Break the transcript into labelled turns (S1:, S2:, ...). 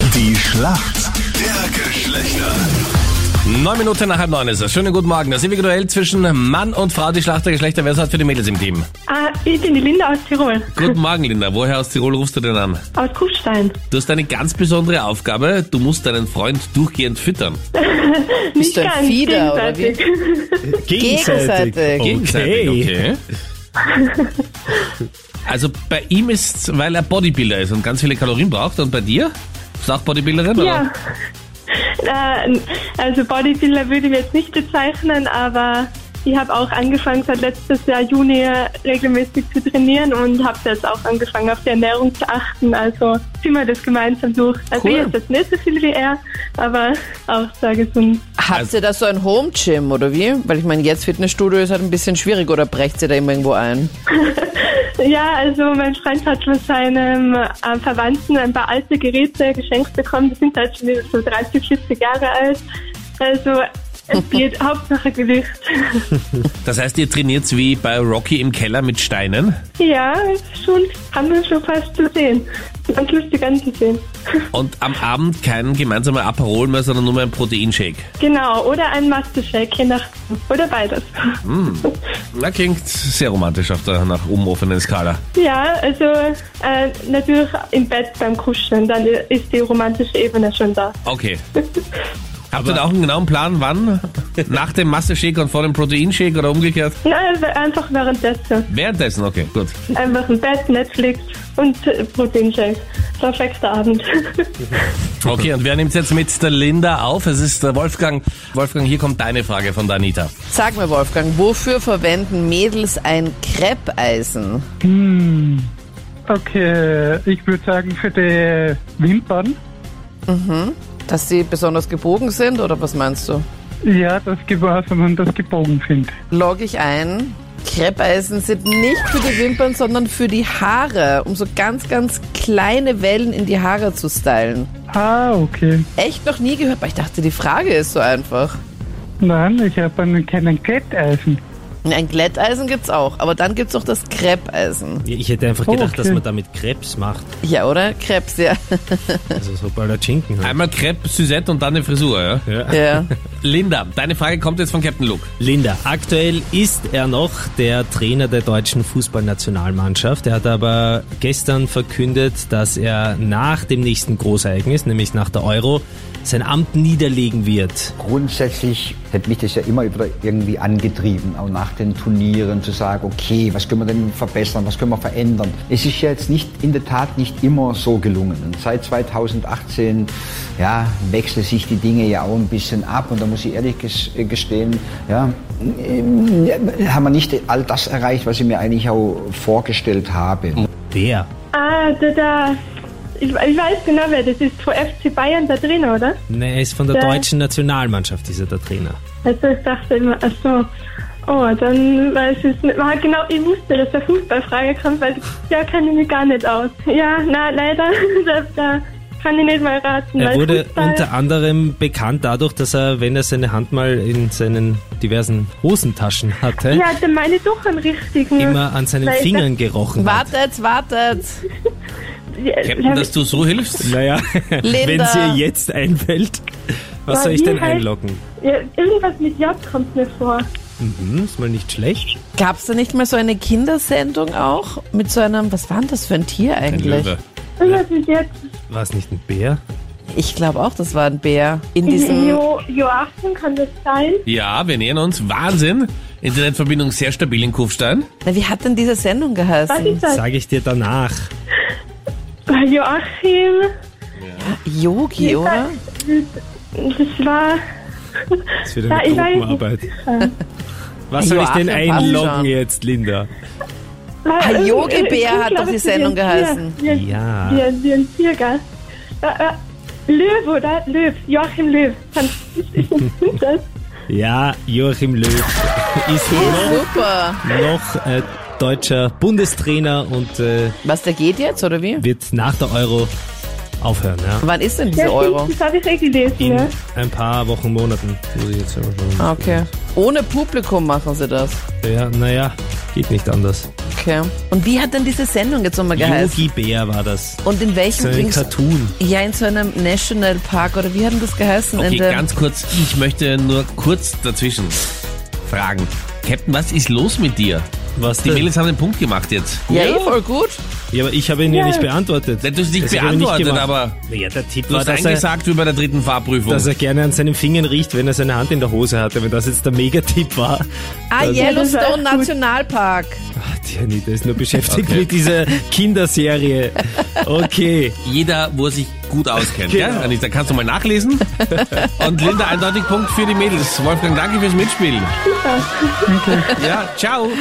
S1: Die Schlacht der Geschlechter.
S2: Neun Minuten nach halb neun ist es. Schönen guten Morgen. Das ewige Duell zwischen Mann und Frau, die Schlacht der Geschlechter. Wer ist heute für die Mädels im Team?
S3: Ah, ich bin die Linda aus Tirol,
S2: Guten Morgen, Linda. Woher aus Tirol rufst du denn an?
S3: aus Kufstein.
S2: Du hast eine ganz besondere Aufgabe. Du musst deinen Freund durchgehend füttern.
S3: Nicht
S4: du ein
S3: ganz,
S4: Fieder, oder wie?
S3: gegenseitig.
S4: Gegenseitig.
S2: Gegenseitig, okay. Also bei ihm ist, weil er Bodybuilder ist und ganz viele Kalorien braucht. Und bei dir? Bist du auch Bodybuilderin? Oder?
S3: Ja. Äh, also Bodybuilder würde ich jetzt nicht bezeichnen, aber ich habe auch angefangen seit letztes Jahr Juni regelmäßig zu trainieren und habe jetzt auch angefangen auf die Ernährung zu achten. Also ziehen wir das gemeinsam durch. Also
S2: Cool.
S3: ich jetzt nicht so viel wie er, aber auch sehr gesund.
S4: Habt ihr da so ein Home Gym oder wie? Weil ich meine, jetzt Fitnessstudio ist halt ein bisschen schwierig oder brecht ihr da immer irgendwo ein?
S3: Ja, also mein Freund hat von seinem äh, Verwandten ein paar alte Geräte geschenkt bekommen. Die sind halt schon wieder so 30, 40 Jahre alt. Also es geht Hauptsache Gewicht.
S2: Das heißt, ihr trainiert wie bei Rocky im Keller mit Steinen.
S3: ja, schon haben wir schon fast gesehen. Ganz lustig anzusehen.
S2: Und am Abend kein gemeinsamer Aperol mehr, sondern nur mehr ein Proteinshake.
S3: genau, oder ein Mastershake, je nachdem. Oder beides.
S2: Na, klingt sehr romantisch auf der nach oben offenen Skala.
S3: Ja, also äh, natürlich im Bett beim Kuscheln, dann ist die romantische Ebene schon da.
S2: Okay. Habt ihr da auch einen genauen Plan, wann? Nach dem Masse-Shake und vor dem Proteinshake oder umgekehrt?
S3: Na, also einfach währenddessen.
S2: Währenddessen, okay, gut.
S3: Einfach im Bett, Netflix und äh, Proteinshake. Perfekter Abend.
S2: Okay, und wer nimmt jetzt mit der Linda auf? Es ist der Wolfgang. Wolfgang, hier kommt deine Frage von der Anita.
S4: Sag mir, Wolfgang, wofür verwenden Mädels ein Kreppeisen?
S5: Okay, ich würde sagen für die Wimpern.
S4: Dass sie besonders gebogen sind oder was meinst du?
S5: Ja, das Gewahrsam und das gebogen sind.
S4: Log ich ein. Kreppeisen sind nicht für die Wimpern, sondern für die Haare, um so ganz, ganz kleine Wellen in die Haare zu stylen.
S5: Ah, okay.
S4: Echt noch nie gehört, aber ich dachte, die Frage ist so einfach.
S5: Nein, ich habe einen kleinen Ketteisen.
S4: Ein Glätteisen gibt's auch, aber dann gibt's auch das Kreppeisen.
S6: Ja, Ich hätte einfach
S5: Oh,
S6: gedacht, dass
S5: okay.
S6: man damit Krebs macht.
S4: Ja, oder? Krebs, ja.
S6: Also so Palatschinken halt.
S2: Einmal Crepe, Suzette und dann eine Frisur, ja?
S4: ja.
S2: Linda, deine Frage kommt jetzt von Captain Luke.
S6: Linda, aktuell ist er noch der Trainer der deutschen Fußballnationalmannschaft. Er hat aber gestern verkündet, dass er nach dem nächsten Großereignis, nämlich nach der Euro, sein Amt niederlegen wird.
S7: Grundsätzlich hätte mich das ja immer wieder irgendwie angetrieben, auch nach den Turnieren zu sagen, okay, was können wir denn verbessern, was können wir verändern. Es ist ja jetzt nicht, in der Tat nicht immer so gelungen. Und seit 2018, ja, wechseln sich die Dinge ja auch ein bisschen ab und da muss ich ehrlich ges- äh, gestehen, ja, ähm, haben wir nicht all das erreicht, was ich mir eigentlich auch vorgestellt habe.
S6: Wer?
S3: ah, da, da. Ich, ich weiß genau, wer das ist. Vor FC Bayern da drin, oder?
S6: Ne, er ist von der
S3: Der-
S6: deutschen Nationalmannschaft, dieser der Trainer.
S3: Also ich dachte immer, ach so. Oh, dann weiß ich es nicht. Ah, genau, ich wusste, dass der Fußballfrage kommt, weil da kann ich mich gar nicht aus. Ja, na, leider. Da, da kann ich nicht mal raten.
S6: Er
S3: weil
S6: wurde
S3: Fußball-
S6: unter anderem bekannt dadurch, dass er, wenn er seine Hand mal in seinen diversen Hosentaschen hatte,
S3: Ja, dann meine ich doch einen richtigen.
S6: immer an seinen
S3: Leider.
S6: Fingern gerochen hat.
S4: Wartet, wartet.
S3: Ja,
S2: Captain, dass du so hilfst?
S6: Naja, wenn
S4: Linda.
S6: es ihr jetzt einfällt, was
S3: Ja,
S6: soll ich
S3: wie
S6: denn
S3: heißt-
S6: einloggen?
S3: ja, irgendwas mit J kommt mir vor.
S6: Mhm, ist mal nicht schlecht.
S4: Gab's da nicht mal so eine Kindersendung auch? Mit so einem, was war denn das für ein Tier eigentlich?
S2: Löwe.
S3: Irgendwas mit J.
S6: War es nicht ein Bär?
S4: ich glaube auch, das war ein Bär. In diesem.
S3: Jo, Joachim kann das sein?
S2: Ja, wir nähern uns. Wahnsinn. Internetverbindung sehr stabil in Kufstein.
S4: Na, wie hat denn diese Sendung
S3: Was
S4: geheißen?
S3: ist das?
S6: Sage ich dir danach.
S3: Joachim,
S4: Yogi, oder?
S3: das war.
S6: Das wird eine
S3: Ja, ich weiß
S6: Gruppenarbeit. Was soll ich
S4: Joachim
S6: denn
S4: passt schon.
S6: einloggen jetzt, Linda?
S3: war
S4: Ah,
S3: irgend-
S4: Yogi Bär
S3: irgendwas
S4: hat doch die
S3: mit
S4: Sendung
S3: Tier-
S4: geheißen.
S3: Wie ein-
S6: Ja.
S3: Wie ein, wie ein Tiergast. Äh, äh, Löw, oder? Löw. Joachim Löw. Kann, ist das?
S6: Ja, Joachim Löw ist noch,
S4: Super.
S6: noch äh, deutscher Bundestrainer und äh,
S4: Was, der geht jetzt, oder wie?
S6: wird nach der Euro aufhören. Ja.
S4: Wann ist denn
S3: Ja,
S4: diese
S3: stimmt,
S4: Euro?
S3: Das habe ich eh gelesen,
S6: In
S3: ne?
S6: ein paar Wochen, Monaten. Muss ich jetzt
S4: Ah,
S6: selber schauen.
S4: Okay. Ohne Publikum machen sie das.
S6: Ja, naja, geht nicht anders.
S4: Okay. Und wie hat denn diese Sendung jetzt nochmal geheißen?
S6: Yogi Bär war das.
S4: Und in
S6: So
S4: welchem
S6: ein
S4: ging's?
S6: Cartoon.
S4: Ja, in so einem Nationalpark oder wie hat denn das geheißen?
S2: Okay,
S4: in der-
S2: ganz kurz. Ich möchte nur kurz dazwischen fragen. Captain, was ist los mit dir?
S6: Was
S2: Die
S6: denn?
S2: Mädels haben den Punkt gemacht jetzt.
S4: ja, eh, voll gut.
S6: Ja, aber ich habe ihn ja, nicht beantwortet.
S2: Du hast es nicht
S6: Das habe ich
S2: beantwortet,
S6: gemacht.
S2: aber
S6: Ja, der Tipp
S2: du
S6: war,
S2: hast
S6: dass er,
S2: eingesagt wie bei der dritten Fahrprüfung.
S6: dass er gerne an seinen Fingern riecht, wenn er seine Hand in der Hose hatte. Wenn das jetzt der Megatipp war. Ah,
S4: Ah,
S6: Also-
S4: Yellowstone
S3: Ja, das war echt gut.
S4: Nationalpark.
S6: Ach, die Anita ist nur beschäftigt
S2: Okay.
S6: mit dieser Kinderserie. Okay.
S2: Jeder, wo er sich gut auskennt.
S6: Genau.
S2: Gell? Anita, kannst du mal nachlesen? Und Linda, eindeutig Punkt für die Mädels. Wolfgang, danke fürs Mitspielen. Ja, ciao.